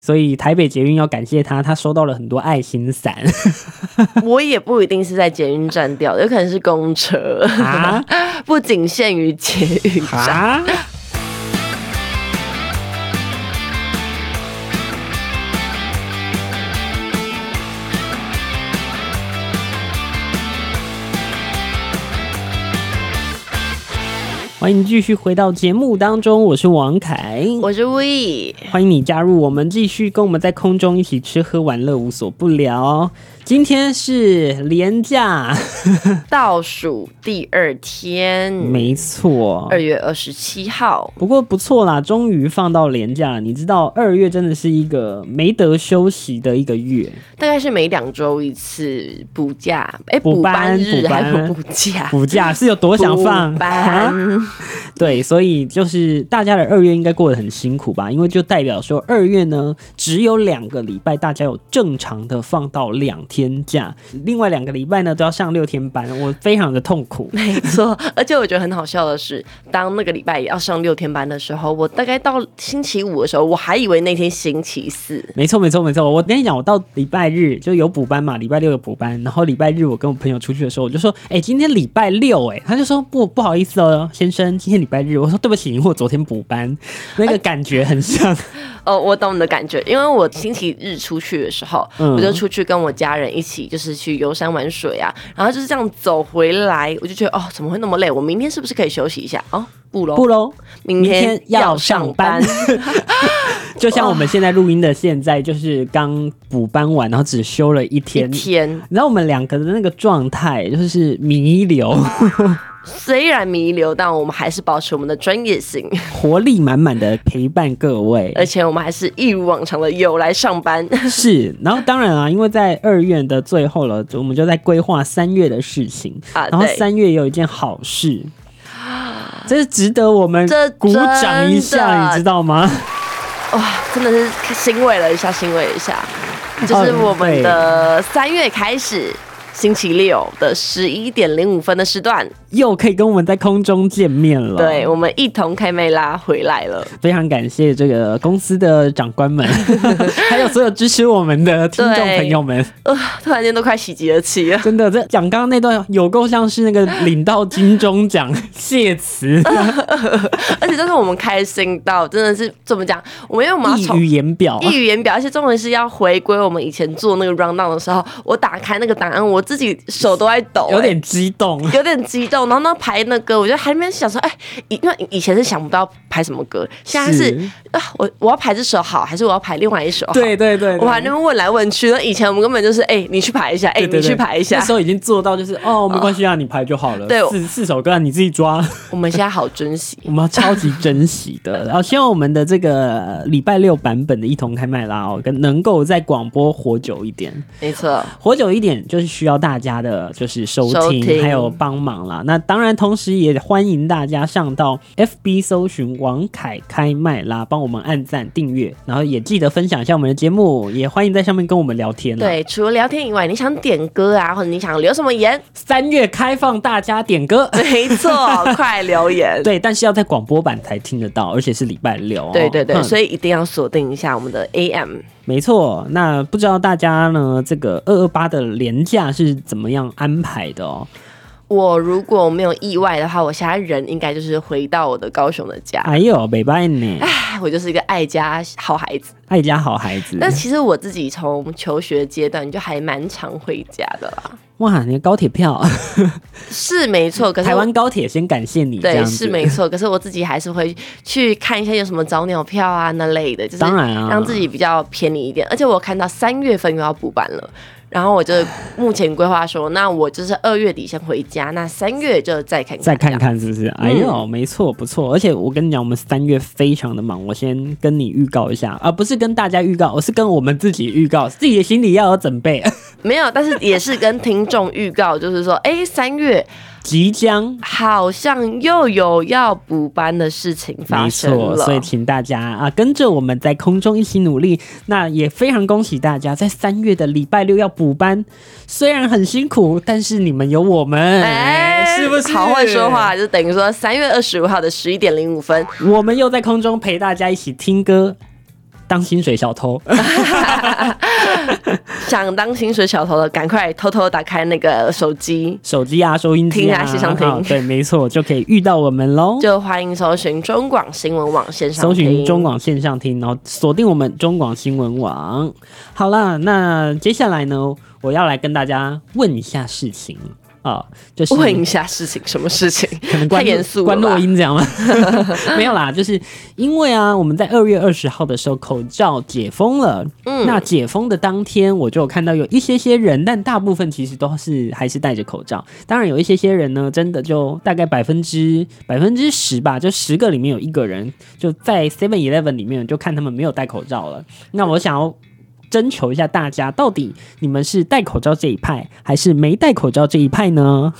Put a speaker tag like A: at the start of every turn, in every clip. A: 所以台北捷运要感谢他，他收到了很多爱心伞
B: 我也不一定是在捷运站掉的，有可能是公车，
A: 啊
B: 不仅限于捷运站。
A: 啊！欢迎继续回到节目当中，我是王凯，
B: 我是 We，
A: 欢迎你加入我们，继续跟我们在空中一起吃喝玩乐，无所不聊。今天是廉假，
B: 倒数第二天，
A: 没错
B: 二，月二十七号。
A: 不过不错啦，终于放到年假了。你知道二月真的是一个没得休息的一个月，
B: 大概是每两周一次补假，哎、
A: 补
B: 补
A: 班
B: 班日
A: 补班
B: 还有补假，
A: 补假是有多想放
B: 啊补
A: 啊
B: 班，
A: 对，所以就是大家的二月应该过得很辛苦吧，因为就代表说二月呢只有两个礼拜大家有正常的放到两天假，另外两个礼拜呢都要上六天班，我非常的痛苦。
B: 没错。而且我觉得很好笑的是，当那个礼拜也要上六天班的时候，我大概到星期五的时候，我还以为那天星期四。
A: 没错，没错，没错。我跟你讲，我到礼拜日就有补班嘛，礼拜六有补班，然后礼拜日我跟我朋友出去的时候，我就说，哎、今天礼拜六、哎，他就说不不好意思哦，先生，今天礼拜日。我说对不起，我昨天补 班，那个感觉很 像，
B: 哦，我懂你的感觉，因为我星期日出去的时候，
A: 嗯
B: 我就出去跟我家人一起，就是去游山玩水啊，然后就是这样走回来，我就觉得哦，怎么会那么累？我明天是不是可以休息一下？哦，不喽，
A: 不喽。
B: 明
A: 明天要上班 就像我们现在录音的现在，就是刚补班完，然后只休了一
B: 一
A: 天。
B: 天
A: 然后我们两个的那个状态就是弥留，
B: 虽然弥留，但我们还是保持我们的专业性，
A: 活力满满的陪伴各位。
B: 而且我们还是一如往常的有来上班。
A: 是，然后当然啊，因为在二月的最后了，我们就在规划三月的事情。
B: 啊
A: 然后
B: 对
A: 三月有一件好事， 这是值得我们
B: 这
A: 鼓掌一
B: 真
A: 下，
B: 的
A: 你知道吗？
B: 哇，真的是欣慰了一下，欣慰一下，就是
A: 哦
B: 我们
A: 对
B: 的三月开始。星期六的十一点零五分的时段，
A: 又可以跟我们在空中见面了。
B: 对，我们一同开麦拉回来了。
A: 非常感谢这个公司的长官们， 还有所有支持我们的听众朋友们。
B: 呃，突然间都快喜极而泣 了。
A: 真的，这讲刚刚那段有够像是那个领到金钟奖谢 词，
B: 而且就是我们开心到真的是怎么讲？我们因为我们要
A: 溢
B: 从
A: 于言表。
B: 溢于言表，而且重点是要回归我们以前做那个 round down 的时候，我打开那个档案，我自己手都在抖、
A: 有
B: 欸
A: 点激动，
B: 有点激动，然后呢排那歌，我就还没想说，哎、以因为以前是想不到排什么歌，现在是
A: 是
B: 啊，我我要排这首好，还是我要排另外一首好？
A: 对对对对
B: 我还那边问来问去，那以前我们根本就是，哎、你去排一下，哎、
A: 对对
B: 你
A: 对
B: 去排一下
A: 那。时候已经做到，就是哦，没关系啊，你排就好了。
B: 对我
A: 四四首歌啊你自己抓，
B: 我们现在好珍惜，
A: 我们要超级珍惜的。然后希望我们的这个呃礼拜六版本的一同开麦啦哦，跟能够在广播活久一点，
B: 没错，
A: 活久一点就是需要大家的就是收
B: 收
A: 听
B: 听
A: 还有帮忙啦。那当然，同时也欢迎大家上到 FB 搜寻王凯开麦啦，帮我们按赞订阅，然后也记得分享一下我们的节目，也欢迎在上面跟我们聊天啦。
B: 对。除了聊天以外，你想点歌啊，或者你想留什么 言，
A: 三月开放大家点歌。
B: 没错， 快留言。
A: 对，但是要在广播版才听得到，而且是礼拜六、哦。
B: 对对对，
A: 以
B: 所以一定要锁定一下我们的 AM。
A: 没错。那不知道大家呢，这个二二八的廉价是怎么样安排的哦？
B: 我如果没有意外的话，我现在人应该就是回到我的高雄的家。
A: 哎呦，北拜 呢，
B: 唉，我就是一个爱家好孩子。
A: 爱家好孩子。
B: 但其实我自己从求学阶段就还蛮常回家的啦，
A: 哇，你的高铁 票，
B: 是没错。可是我
A: 台湾高铁先感谢你，这
B: 呃对
A: 样子
B: 是没错，可是我自己还是会去看一下有什么早鸟票啊那类的，就是
A: 当然啊
B: 让自己比较便宜一点。而且我看到三月份又要补班了。然后我就目前规划说，那我就是二月底先回家，那三月就再看看
A: 再看
B: 这样。
A: 看是不是？
B: 嗯
A: 哎呦，没错，不错。而且我跟你讲，我们三月非常的忙，我先跟你预告一下，而、不是跟大家预告，我是跟我们自己预告，自己的心里要有准备，
B: 没有，但是也是跟听众预告，就是说，哎，三月
A: 即将
B: 好像又有要补班的事情发
A: 没
B: 生
A: 错，
B: 了。
A: 所以请大家啊，跟着我们在空中一起努力。那也非常恭喜大家，在三月的礼拜六要补班，虽然很辛苦，但是你们有我们，
B: 哎，
A: 是不是？
B: 好会说话？，就等于说三月二十五号的十一点零五分，
A: 我们又在空中陪大家一起听歌。当薪水小偷，
B: 想当薪水小偷的，赶快偷偷打开那个手机，
A: 手机啊、收音机啊，
B: 听啊线上听
A: 好对，没错，就可以遇到我们喽。
B: 就欢迎搜寻中广新闻网线上
A: 搜寻
B: 听
A: 中广线上听，然后锁定我们中广新闻网。好啦，那接下来呢，我要来跟大家问一下事情啊、就是
B: 问一下事情，什么 事情？
A: 可能
B: 太
A: 关
B: 严肃
A: 关
B: 了
A: 录
B: 吧？
A: 音这样吗？ 没有啦，就是因为啊，我们在二月二十号的时候口罩解封了，
B: 嗯
A: 那解封的当天我就有看到有一些些人，但大部分其实都是还是戴着口罩。当然有一些些人呢，真的就大概百分之百分之十吧，就十个里面有一个人就在 Seven Eleven 里面，就看他们没有戴口罩了。那我想要。征求一下大家，到底你们是戴口罩这一派，还是没戴口罩这一派呢？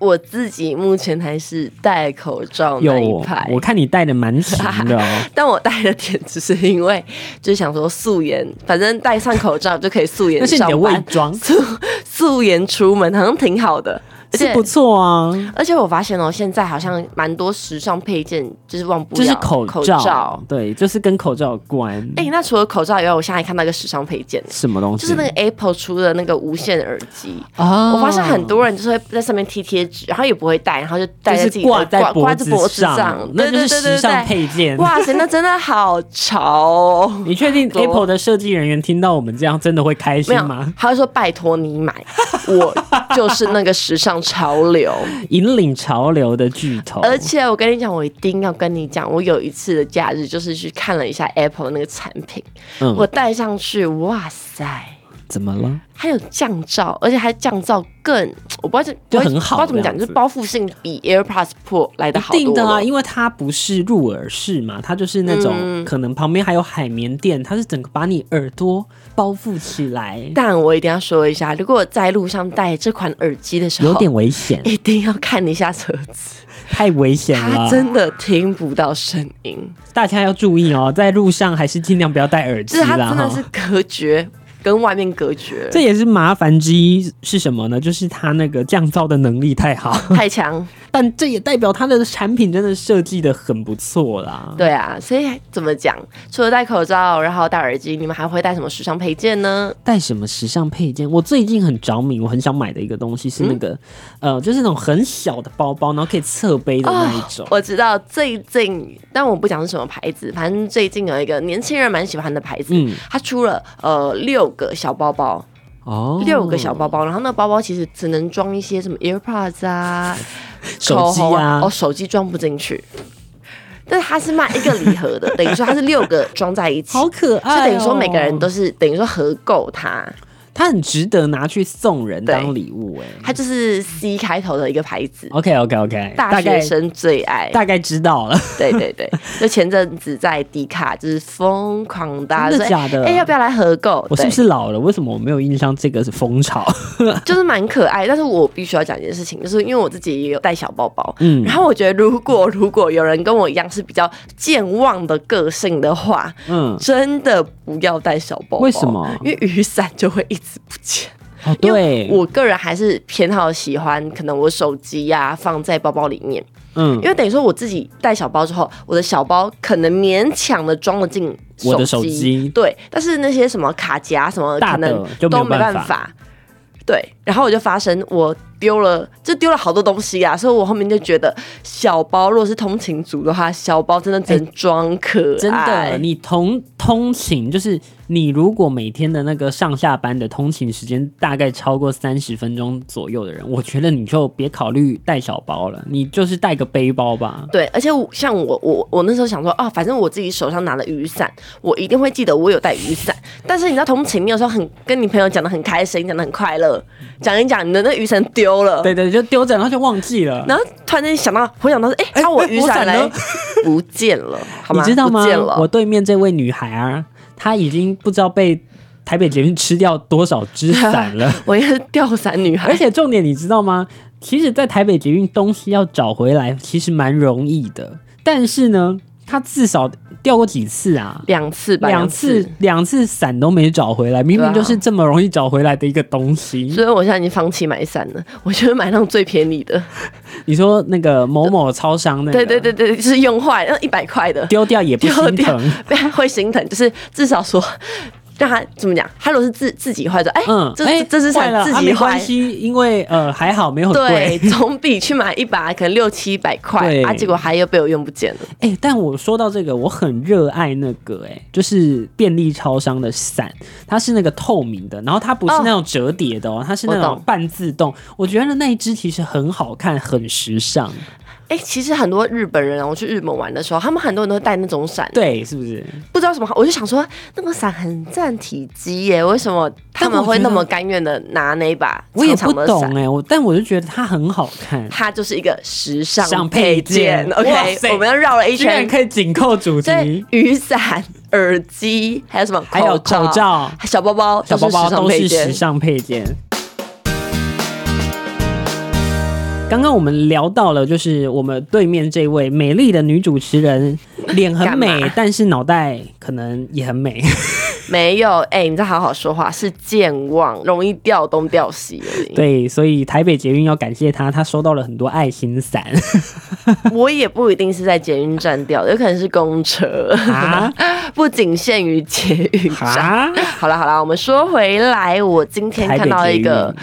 B: 我自己目前还是戴口罩
A: 有
B: 那一派，
A: 我看你戴的蛮勤的 哦。
B: 但我戴的点只是因为就是想说素颜，反正戴上口罩就可以素
A: 那
B: 颜
A: 是你的
B: 上
A: 伪
B: 班，
A: 装，
B: 素素颜出门好像挺好的，而
A: 是
B: 且
A: 不错啊。
B: 而且我发现哦，现在好像蛮多时尚配件就是忘不了
A: 就是
B: 口
A: 口对，就是跟口罩有关。
B: 哎、那除了口罩以外，我现在还看到一个时尚配件，
A: 什么东西？
B: 就是那个 Apple 出的那个无线耳机。
A: 啊
B: 我发现很多人就是会在上面贴贴纸，然后也不会戴，然后就戴
A: 就
B: 在自己
A: 是
B: 的
A: 挂
B: 挂挂
A: 脖
B: 在脖子上
A: 上，，那就是
B: 对对对
A: 时尚配
B: 对
A: 件
B: 对。哇塞，那真的好潮、哦！
A: 你确定
B: 多
A: Apple 的设计人员听到我们这样，真的会开
B: 没
A: 心
B: 有
A: 吗？，
B: 他就说拜托 你买，我就是那个时尚潮流。
A: 引领潮流的巨头，
B: 而且我跟你讲，我一定要跟你讲，我有一次的假日就是去看了一下 Apple 那个产品，
A: 嗯
B: 我戴上去，哇塞！
A: 怎么了？
B: 还有降噪，而且它降噪更，我不知道这
A: 就很好
B: 我不知道怎么讲，
A: 这样子
B: 就是包覆性比 AirPods Pro 来的好
A: 一定
B: 多
A: 的啊，
B: 了。嗯
A: 因为它不是入耳式嘛，它就是那种、可能旁边还有海绵垫，它是整个把你耳朵包覆起来，
B: 但我一定要说一下，如果在路上戴这款耳机的时候，
A: 有点危险，
B: 一定要看一下车子，
A: 太危险
B: 它
A: 了。
B: 真的听不到声音，
A: 大家要注意哦，在路上还是尽量不要戴耳
B: 就
A: 机
B: 是它
A: 啦
B: 真的是
A: 哈。
B: 隔绝，跟外面隔绝，
A: 这也是麻烦之一是什么呢？就是它那个降噪的能力太好，
B: 太强。
A: 但这也代表它的产品真的设计的很不错啦。
B: 对啊，所以怎么讲？除了戴口罩，然后戴耳机，你们还会戴什么时尚配件呢？
A: 带什么时尚配件？我最近很着迷，我很想买的一个东西是那个，呃，就是那种很小的包包，然后可以侧背的那一种。
B: 哦我知道最近，但我不讲是什么牌子，反正最近有一个年轻人蛮喜欢的牌子，
A: 嗯
B: 它出了呃六个小包包，
A: 哦
B: 六个小包包，然后那个包包其实只能装一些什么 AirPods 啊、
A: 手机
B: 口红
A: 啊
B: 哦，，手机装不进去。但是它是卖一个礼盒的，等于说它是六个装在一起，
A: 好可爱、
B: 所
A: 哦。
B: 以等于说每个人都是等于说合购它，
A: 它很值得拿去送人
B: 对
A: 当礼物哎、
B: 它就是 C 开头的一个牌子，
A: OK OK OK，
B: 大学
A: 哦概
B: 生最爱。
A: 大概知道 了。
B: 对对对，就前阵子在迪卡就是疯狂搭，
A: 真的
B: 所以
A: 假的
B: 哎、要不要来合购？
A: 我是
B: 对
A: 不是老了？为什么我没有印象这个是风潮？
B: 就是蛮可爱？但是我必须要讲一件事情，就是因为我自己也有带小包包，
A: 嗯
B: 然后我觉得如果如果有人跟我一样是比较健忘的个性的话，
A: 嗯，
B: 真的不要带小包包。
A: 为什么
B: 因为雨伞就会一直不见。
A: 哦
B: 因为
A: 对，
B: 我个人还是偏好喜欢，可能我手机呀、放在包包里面，
A: 嗯
B: 因为等于说我自己带小包之后，我的小包可能勉强的装得进
A: 我的手机
B: 对，但是那些什么卡夹什么，
A: 大
B: 可
A: 的
B: 能
A: 就没
B: 都
A: 有
B: 没
A: 办法
B: 法。对，然后我就发生我丢了，就丢了好多东西啊，所以我后面就觉得小包如果是通勤族的话，小包真的
A: 哎
B: 只能装可爱，
A: 真
B: 哎
A: 的，你同通勤就是你如果每天的那个上下班的通勤时间大概超过三十分钟左右的人，我觉得你就别考虑带小包了，你就是带个背包吧。
B: 对，而且我像我我我那时候想说啊，反正我自己手上拿了雨伞，我一定会记得我有带雨伞。但是你知道同情，你有时候很跟你朋友讲的很开心，讲的很快乐，讲一讲你的那雨伞丢了，
A: 对对，就丢着，然后就忘记了。
B: 然后突然间想到，回想到说，哎、
A: 哎
B: 啊，我
A: 哎
B: 雨
A: 我
B: 伞
A: 伞
B: 嘞
A: 呢
B: 不见了，好
A: 你
B: 吗？
A: 知道吗
B: 不见？了
A: 我。对面这位女孩啊，她已经不知道被台北捷运吃掉多 少只伞了。
B: 我也是掉伞女孩
A: 而，且重点你知道吗？其实，在台北捷运东西要找回来，其实蛮容易的。但是呢，他至少掉过几次啊？
B: 两次吧，
A: 两次，两次伞都没找回来，明明
B: 对啊
A: 就是这么容易找回来的一个东西。
B: 所以我现在已经放弃买伞了，我觉得买那种最便宜的，
A: 你说那个某某超商那个，
B: 对对，对对，就是用坏那一百块的，
A: 丢掉也不
B: 丢
A: 心
B: 掉
A: 疼，
B: 会心疼，就是至少说。让他怎么讲？他如果是自自己坏的，哎、
A: 嗯，
B: 这、
A: 哎
B: 这是
A: 坏
B: 伞
A: 了，
B: 自
A: 啊
B: 己
A: 没
B: 坏
A: 关，系，因为呃还好没有很
B: 对
A: 贵。，
B: 总比去买一把可能六七百块
A: 对
B: 啊，结果还又被我用不见了。
A: 哎、但我说到这个，我很热爱那个、哎，就是便利超商的伞，它是那个透明的，然后它不是
B: 哦
A: 那种折叠的哦，它是那
B: 我
A: 种
B: 懂
A: 半自动。我觉得那一只其实很好看，很时尚，
B: 哎、其实很多日本人啊，我去日本玩的时候，他们很多人都会带那种伞，
A: 对，是不是？
B: 不知道什么好，我就想说那个伞很占体积耶，为什么他们会那么甘愿的拿那一把
A: 我也
B: 长
A: 不
B: 长的
A: 懂
B: 伞？
A: 哎、我但我就觉得它很好看，
B: 它就是一个时尚
A: 上配
B: 配件
A: 件哇
B: OK，
A: 塞
B: 我们要绕了一
A: 居然
B: 圈，
A: 可以紧扣主
B: 所以
A: 题，
B: 雨伞、耳机，还有什么？
A: 还有口、罩、
B: 小包包，
A: 小包包
B: 都
A: 都是
B: 是时尚配
A: 时
B: 件。
A: 尚配件。刚刚我们聊到了，就是我们对面这位美丽的女主持 人，脸很
B: 干
A: 美
B: 嘛，
A: 但是脑袋可能也很 美。
B: 没有，哎、你再好好说话，是健忘，容易掉东掉西而已。
A: 对，所以台北捷运要感谢她，她收到了很多爱心伞
B: 我也不一定是在捷运站掉的，有可能是公车，
A: 啊
B: 不仅限于捷运站。
A: 啊！
B: 好了好了，我们说回来，我今天看到一个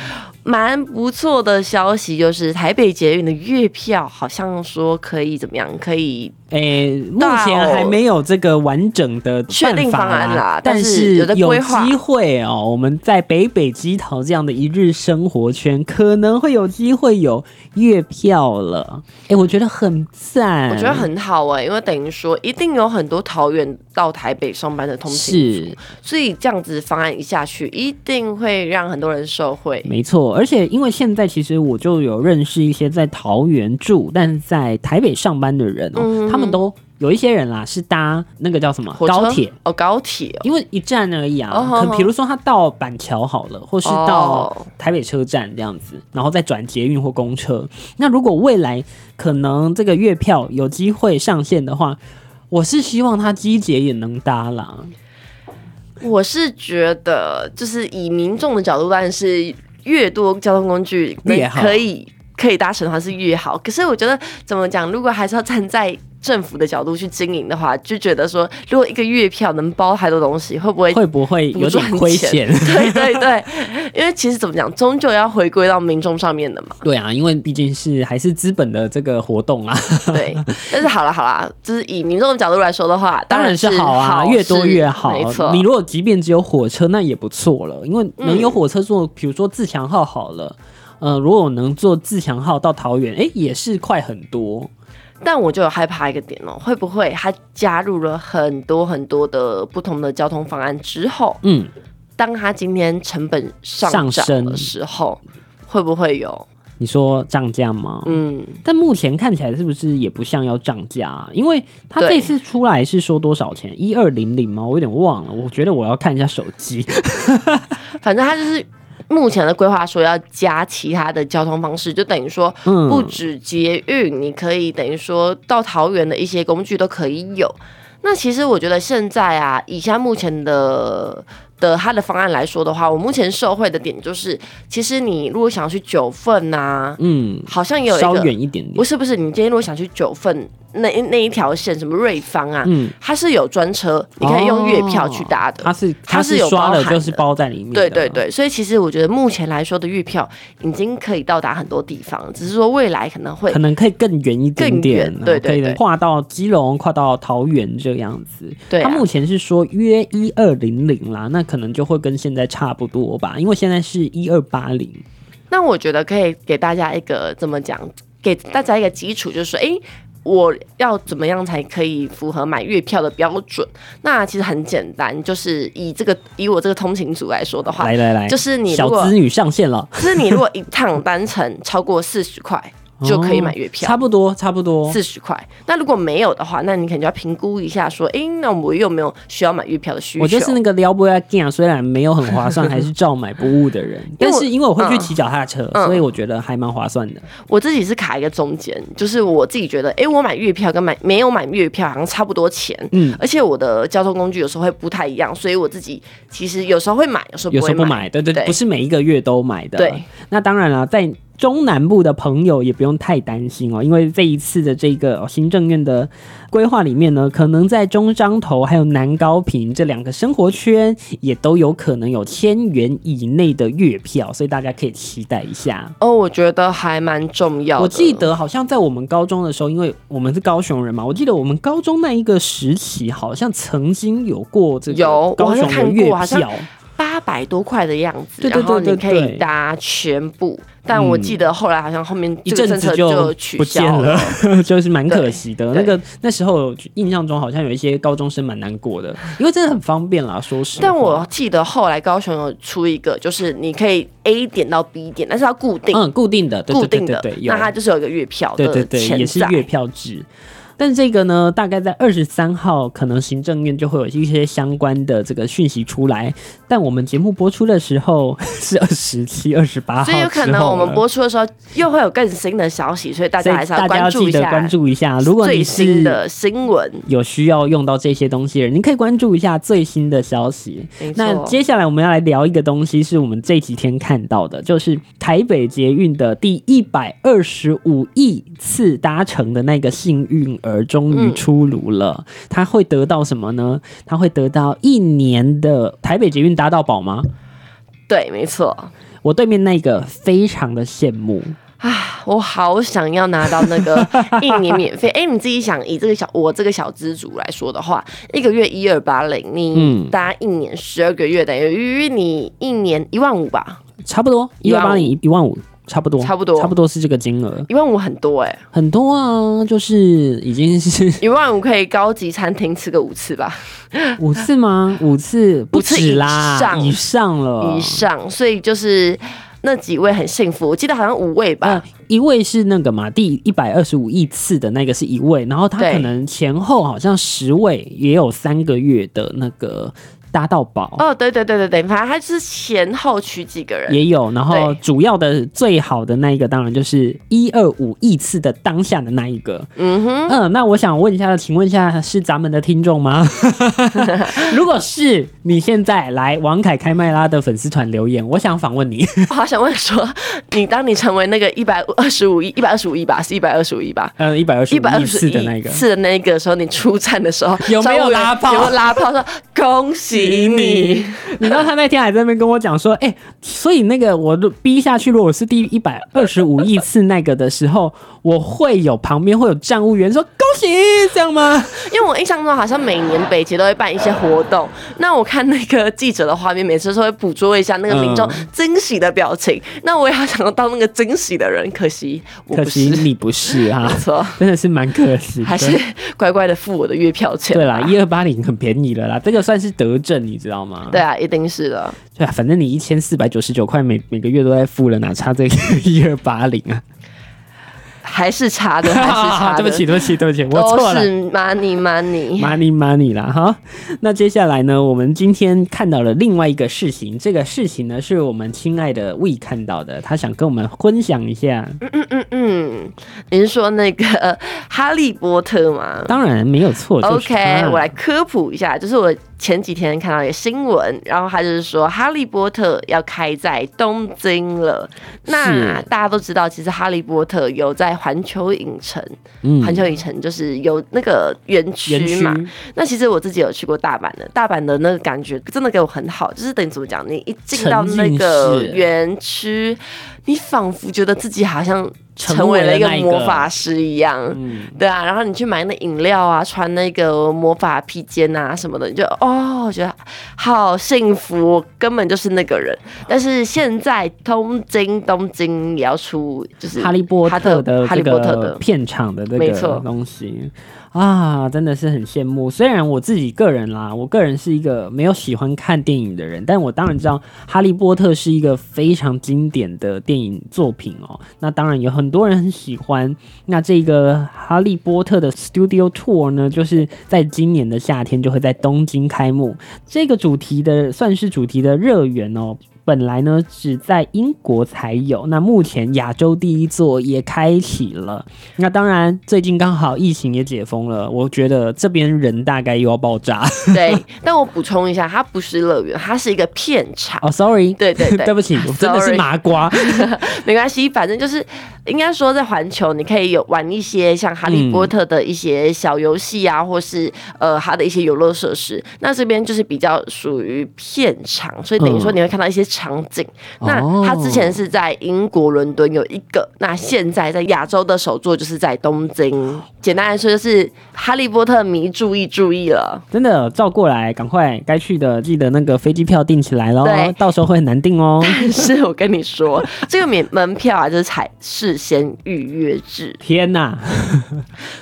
B: 蛮不错的消息，就是台北捷运的月票好像说可以怎么样，可以
A: 诶、目前还没有这个完整的
B: 哦确定
A: 办法
B: 方案啦但
A: 但
B: 是
A: 是
B: 有在
A: 有
B: 规划
A: 机会哦。我们在北北基桃这样的一日生活圈，可能会有机会有月票了。诶、我觉得很赞，
B: 我觉得很好哎、因为等于说一定有很多桃园到台北上班的通勤，
A: 是
B: 所以这样子方案一下去，一定会让很多人受惠。
A: 没错。而且因为现在其实我就有认识一些在桃园住，但是在台北上班的人哦，
B: 嗯
A: 他们都有一些人啦是搭那个叫什么
B: 火车
A: 高铁。
B: 哦，高铁哦
A: 因为一站而已啊，
B: 哦
A: 可能比如说他到板桥好了，或是到
B: 哦
A: 台北车站这样子，然后再转捷运或公车。那如果未来可能这个月票有机会上线的话，我是希望他机捷也能搭啦。
B: 我是觉得，就是以民众的角度，当然是越多交通工具能
A: 越好
B: 可以可以搭乘的话是越好。可是我觉得怎么讲，如果还是要站在政府的角度去经营的话，就觉得说，如果一个月票能包太多东西，哎会不会？
A: 会不会有点亏钱？
B: 对对对，因为其实怎么讲，终究要回归到民众上面的嘛。
A: 对啊，因为毕竟是还是资本的这个活动啊，
B: 对，但是好了好了，就是以民众的角度来说的话，
A: 当然
B: 是
A: 是好啊，
B: 好
A: 越多越好
B: 没错。。
A: 你如果即便只有火车，那也不错了，因为能有火车
B: 嗯
A: 坐，比如说自强号好了。呃，如果我能坐自强号到桃园，哎、也是快很多。
B: 但我就有害怕一个点哦，会不会它加入了很多很多的不同的交通方案之后，
A: 嗯，
B: 当它今天成本上
A: 上
B: 涨
A: 升
B: 的时候，会不会有？
A: 你说涨价吗？
B: 嗯，
A: 但目前看起来是不是也不像要涨价、啊？因为它
B: 对
A: 这次出来是说多少钱？一二零零吗？我有点忘了，我觉得我要看一下手机。
B: 反正它就是目前的规划说要加其他的交通方式，就等于说
A: 嗯，
B: 不止捷运，你可以等于说到桃园的一些工具都可以有。那其实我觉得现在啊，以下目前的的它的方案来说的话，我目前受惠的点就是，其实你如果想要去九份呐、
A: 嗯，
B: 好像也有一
A: 稍
B: 个
A: 远一点点
B: 不。是不是，你今天如果想去九份那那一条线，什么瑞芳啊，
A: 嗯，
B: 它是有专车，你可以用月票去搭的。
A: 它是
B: 它
A: 它
B: 是
A: 是
B: 有
A: 刷
B: 包
A: 了，
B: 含
A: 就是
B: 的
A: 包在里面。
B: 对对。对，所以其实我觉得目前来说的月票已经可以到达很多地方，只是说未来可能会
A: 可能可以更远一点点，
B: 更远对对
A: 可以
B: 对
A: 跨到基隆，跨到桃园这样子。
B: 对啊
A: 他目前是说约一二零零啦，那可能就会跟现在差不多吧，因为现在是一二八零。
B: 那我觉得可以给大家一个怎么讲，给大家一个基础，就是说，诶，我要怎么样才可以符合买月票的标准？那其实很简单，就是以这个以我这个通勤族来说的话，
A: 来来来，
B: 就是你如
A: 小
B: 果
A: 资女上线了
B: 就是你如果一趟单程超过四十块，就可以买月票。
A: 哦差不多，差不多。
B: 四十块。那如果没有的话，那你可能就要评估一下，说，诶，那我有没有需要买月票的需求？
A: 我就是那个撩拨要 g a 虽然没有很划算，还是照买不误的人。 但是因为我会去骑脚踏车，
B: 嗯
A: 所以我觉得还蛮划算的。
B: 我自己是卡一个中间，就是我自己觉得，诶，我买月票跟买没有买月票好像差不多钱，
A: 嗯，
B: 而且我的交通工具有时候会不太一样，所以我自己其实有时候会买，有时候
A: 有
B: 不
A: 时
B: 会
A: 候不
B: 买。
A: 买，对对，
B: 对
A: 不是每一个月都买的。啊
B: 对，
A: 那当然了，在中南部的朋友也不用太担心哦，因为这一次的这个、哦行政院的规划里面呢，可能在中彰投还有南高平这两个生活圈也都有可能有千元以内的月票，所以大家可以期待一下。
B: 哦，我觉得还蛮重要的。
A: 我记得好像在我们高中的时候，因为我们是高雄人嘛，我记得我们高中那一个时期，好像曾经有过这个
B: 有我
A: 高
B: 好
A: 雄
B: 像
A: 的
B: 看
A: 月
B: 过好像
A: 票，
B: 八百多块的样子，
A: 对对对
B: 然后你
A: 对
B: 可
A: 对
B: 以搭全部，但我记得后来好像后面
A: 一
B: 这
A: 阵
B: 个嗯政
A: 子
B: 策
A: 就
B: 取
A: 不见
B: 消。
A: 了， 就是蛮可惜的。那
B: 对
A: 个那时候印象中好像有一些高中生蛮难过的，因为真的很方便啦，说实话。
B: 但我记得后来高雄有出一个，就是你可以 A 点到 B 点，但是要固定、
A: 嗯，固定的，对
B: 固
A: 对
B: 定
A: 对
B: 的
A: 对对，，有
B: 那它就是有一个月票的
A: 对对对，
B: 钱
A: 也是
B: 在
A: 月票制。但这个呢，大概在二十三号，可能行政院就会有一些相关的这个讯息出来。但我们节目播出的时候 是二十七、二十啊八号之
B: 所
A: 后了，
B: 以有可能我们播出的时候又会有更新的消息，所以大
A: 所
B: 家
A: 以
B: 还是
A: 大家
B: 关
A: 要
B: 注
A: 记
B: 一
A: 得
B: 下
A: 关注一下。如果
B: 最
A: 你
B: 新
A: 是
B: 的新闻。
A: 有需要用到这些东西的人，你可以关注一下最新的消息。
B: 没错
A: 那接下来我们要来聊一个东西，是我们这几天看到的，就是台北捷运的第一百二十五亿次搭乘的那个幸运儿终于出炉了。它会得到什么呢？它会得到一年的台北捷运搭到宝吗？
B: 对，没错
A: 我对面那个非常的羡慕，
B: 啊，我好想要拿到那 个一年免费。哎、你自己想，以这个小我这个小资主来说的话，一个月一二八零，你
A: 嗯
B: 搭一年十二个月，等于你一年一万五吧？
A: 差不多一
B: 一
A: 六
B: 万
A: 八
B: 五
A: 零一万五，差不多，
B: 哦差不多
A: 差不多是这个金额，
B: 一万五很多哎、
A: 很多啊，就是已经是。
B: 一万五可以高级餐厅吃个五次吧，
A: 五次吗？五次不止啦，
B: 五次以上
A: 了。
B: 以上。所以就是那几位很幸福，我记得好像五位吧。
A: 呃，一位是那个嘛，第一百二十五亿次的那个是一位，然后他
B: 对
A: 可能前后好像十位也有三个月的那个搭到宝。
B: 哦，对对对对对，反正他是前后取几个人，
A: 嗯也有，然后
B: 对
A: 主要的最好的那一个当然就是一二五亿次的当下的那一个。
B: 嗯哼，
A: 嗯、那我想问一下，请问一下是咱们的听众 吗？如果是，你现在来王凯开麦拉的粉丝团留言，我想访问你。
B: 我好想问说，你当你成为那个一百二十五亿、一百二十五亿吧，是一百二十五亿吧？
A: 嗯，一百二十
B: 一百
A: 五
B: 二
A: 亿
B: 十
A: 次的那
B: 亿
A: 个，
B: 次的那个时候，你出站的时候
A: 有没有
B: 招呼员
A: 拉炮
B: 有没有拉炮说恭喜你？
A: 你知道他那天还在那边跟我讲说，哎、所以那个我逼下去，如果是第一百二十五亿次那个的时候，我会有旁边会有站务员说恭喜，这样吗？
B: 因为我印象中好像每年北捷都会办一些活动，那我看那个记者的画面，每次都会捕捉一下那个民众
A: 嗯
B: 惊喜的表情。那我也好想要当那个惊喜的人，可惜我
A: 可
B: 不
A: 惜
B: 是，
A: 你不是哈、
B: 没错，
A: 真的是蛮可惜的。
B: 还是啊乖乖的付我的月票钱。啊
A: 对啦，，一二八零很便宜了啦，这个算是德政，你知道吗？
B: 对啊，一定是的。
A: 对啊，反正你一千四百九十九块每每个月都在付了，哪差这个一二八零啊？
B: 还是差 的，还是差
A: 对
B: 的。
A: 不起，对不起，对不起，我错
B: 都
A: 了。
B: 是 money money。
A: money money 啦，哈。那接下来呢，我们今天看到了另外一个事情，这个事情呢是我们亲爱的 We 看到的，他想跟我们分享一下。
B: 嗯嗯，你是说那个呃哈利波特吗？
A: 当然没有错就是啊他
B: OK，我来科普一下，就是我前几天看到一个新闻，然后他就是说《哈利波特》要开在东京了。那
A: 是
B: 大家都知道，其实《哈利波特》有在环球影城，
A: 嗯
B: 环球影城就是有那个园
A: 园
B: 区
A: 区
B: 嘛。那其实我自己有去过大阪的，大阪的那个感觉真的给我很好，就是等于怎么讲，你一进到那
A: 沉
B: 个
A: 浸式
B: 园区，你仿佛觉得自己好像
A: 成
B: 成
A: 为
B: 为
A: 了
B: 了一个
A: 那一个
B: 魔法师一样。
A: 嗯，
B: 对啊，然后你去买那饮料啊，穿那个魔法披肩啊什么的，你就哦，我觉得好幸福，我根本就是那个人。但是现在东京东京也要出，就是
A: 哈利波特的
B: 哈
A: 这
B: 利波特
A: 个
B: 的，
A: 片场的这
B: 没
A: 个
B: 错
A: 东西。啊，真的是很羡慕。虽然我自己个人啦，我个人是一个没有喜欢看电影的人，但我当然知道《哈利波特》是一个非常经典的电影作品哦。那当然有很多人很喜欢。那这个《哈利波特》的 Studio Tour 呢，就是在今年的夏天就会在东京开幕。这个主题的算是主题的热源哦。本来呢，只在英国才有，那目前亚洲第一座也开启了。那当然，最近刚好疫情也解封了，我觉得这边人大概又要爆炸。
B: 对，但我补充一下，它不是乐园，它是一个片场。
A: 哦、s o r r y
B: 对对对
A: 对不起，我真的是
B: Sorry
A: 麻瓜。
B: 没关系，反正就是应该说，在环球你可以有玩一些像哈利波特的一些小游戏啊，或是呃它的一些游乐设施。那这边就是比较属于片场，所以等于说你会看到一些场景。
A: 嗯
B: 那它之前是在英国伦敦有一个，那现在在亚洲的首座就是在东京。简单来说，就是哈利波特迷注意注意了。
A: 真的照过来，赶快该去的记得那个飞机票订起来喽
B: 对，
A: 到时候会很难订哦。
B: 但是我跟你说，这个免门票啊，就是采事先预约制。
A: 天呐，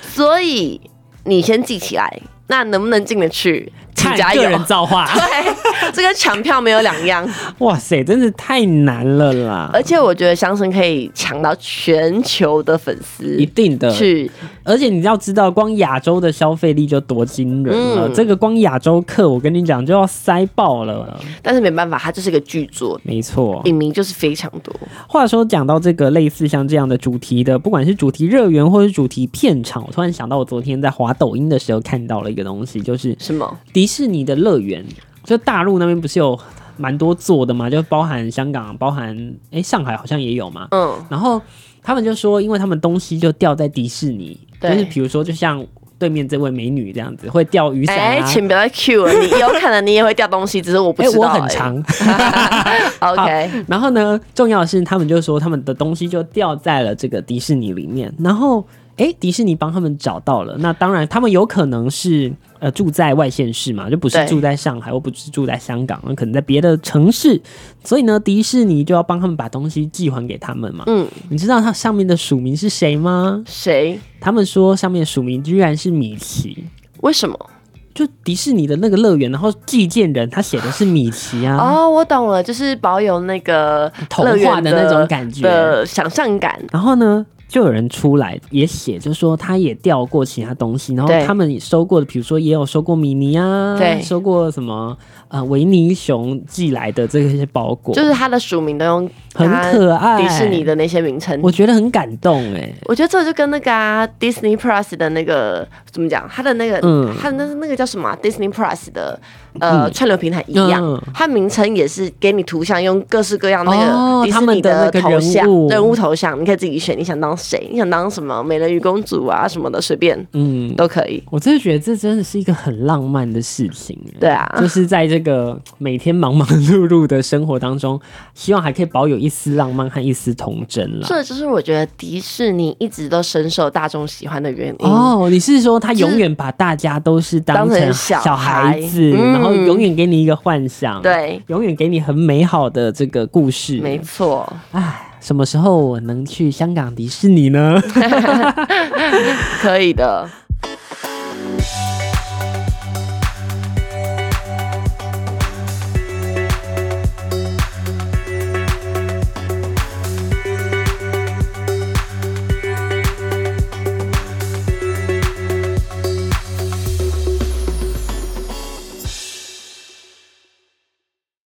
B: 所以你先记起来，那能不能进得去？请
A: 看
B: 加
A: 个
B: 油
A: 人！造化，
B: 对，这跟抢票没有两样，
A: 哇塞，真是太难了啦！
B: 而且我觉得相声可以抢到全球的粉丝
A: 一定的，
B: 去，
A: 而且你要知道，光亚洲的消费力就多惊人了。
B: 嗯
A: 这个光亚洲客，我跟你讲就要塞爆了。
B: 但是没办法，它就是个剧作，
A: 没错，
B: 影迷就是非常多。
A: 话说讲到这个类似像这样的主题的，不管是主题热源或是主题片场，我突然想到我昨天在滑抖音的时候看到了一个东西，就是
B: 什么？
A: 迪士尼的乐园，就大陆那边不是有蛮多做的嘛，就包含香港，包含诶、上海好像也有嘛。
B: 嗯，
A: 然后他们就说，因为他们东西就掉在迪士尼，就
B: 对
A: 是比如说，就像对面这位美女这样子，会掉雨伞
B: 哎、
A: 啊。
B: 请不要 Q 了，你有可能你也会掉东西，只是我不
A: 哎、
B: 知道、
A: 我很。长。
B: OK，
A: 然后呢，重要的是他们就说他们的东西就掉在了这个迪士尼里面，然后。哎，迪士尼帮他们找到了。那当然，他们有可能是呃住在外县市嘛，就不是
B: 对
A: 住在上海，或不是住在香港，可能在别的城市。所以呢，迪士尼就要帮他们把东西寄还给他们嘛。
B: 嗯，
A: 你知道它上面的署名是谁吗？
B: 谁？
A: 他们说上面的署名居然是米奇，
B: 为什么？
A: 就迪士尼的那个乐园，然后寄件人他写的是米奇啊。
B: 哦，我懂了，就是保有那个
A: 童
B: 乐园
A: 话的那种感觉
B: 的想象感。
A: 然后呢，就有人出来也写，就说他也掉过其他东西，然后
B: 对
A: 他们也收过的，比如说也有收过米妮啊，
B: 对
A: 收过什么呃维尼熊寄来的这些包裹，
B: 就是它的署名都用
A: 很
B: 它
A: 可爱。
B: 迪士尼，的那些名称。
A: 我觉得很感动哎、
B: 我觉得这就跟那个、啊、Disney Plus 的那个怎么讲，它的那个，
A: 嗯
B: 它的那那个叫什么啊、Disney Plus 的呃、串流平台一样，
A: 嗯
B: 它名称也是给你图像，用各式各样那
A: 哦
B: 个迪
A: 他
B: 士
A: 们
B: 尼
A: 的那个
B: 头像、
A: 人物
B: 头像，你可以自己选，你想当谁，你想当什么美人鱼公主啊什么的，随便
A: 嗯，
B: 都可以。
A: 我真的觉得这真的是一个很浪漫的事情哎、
B: 对啊，
A: 就是在这个每天忙忙碌碌的生活当中，希望还可以保有一丝浪漫和一丝童真啦。
B: 这就是我觉得迪士尼一直都深受大众喜欢的原因。
A: 哦，你是说他永远把大家都是当
B: 嗯当成
A: 小
B: 小
A: 孩
B: 孩
A: 子，
B: 嗯
A: 然后永远给你一个幻想，，
B: 对，
A: 永远给你很美好的这个故事。
B: 没错。
A: 唉，什么时候我能去香港迪士尼呢？
B: 可以的。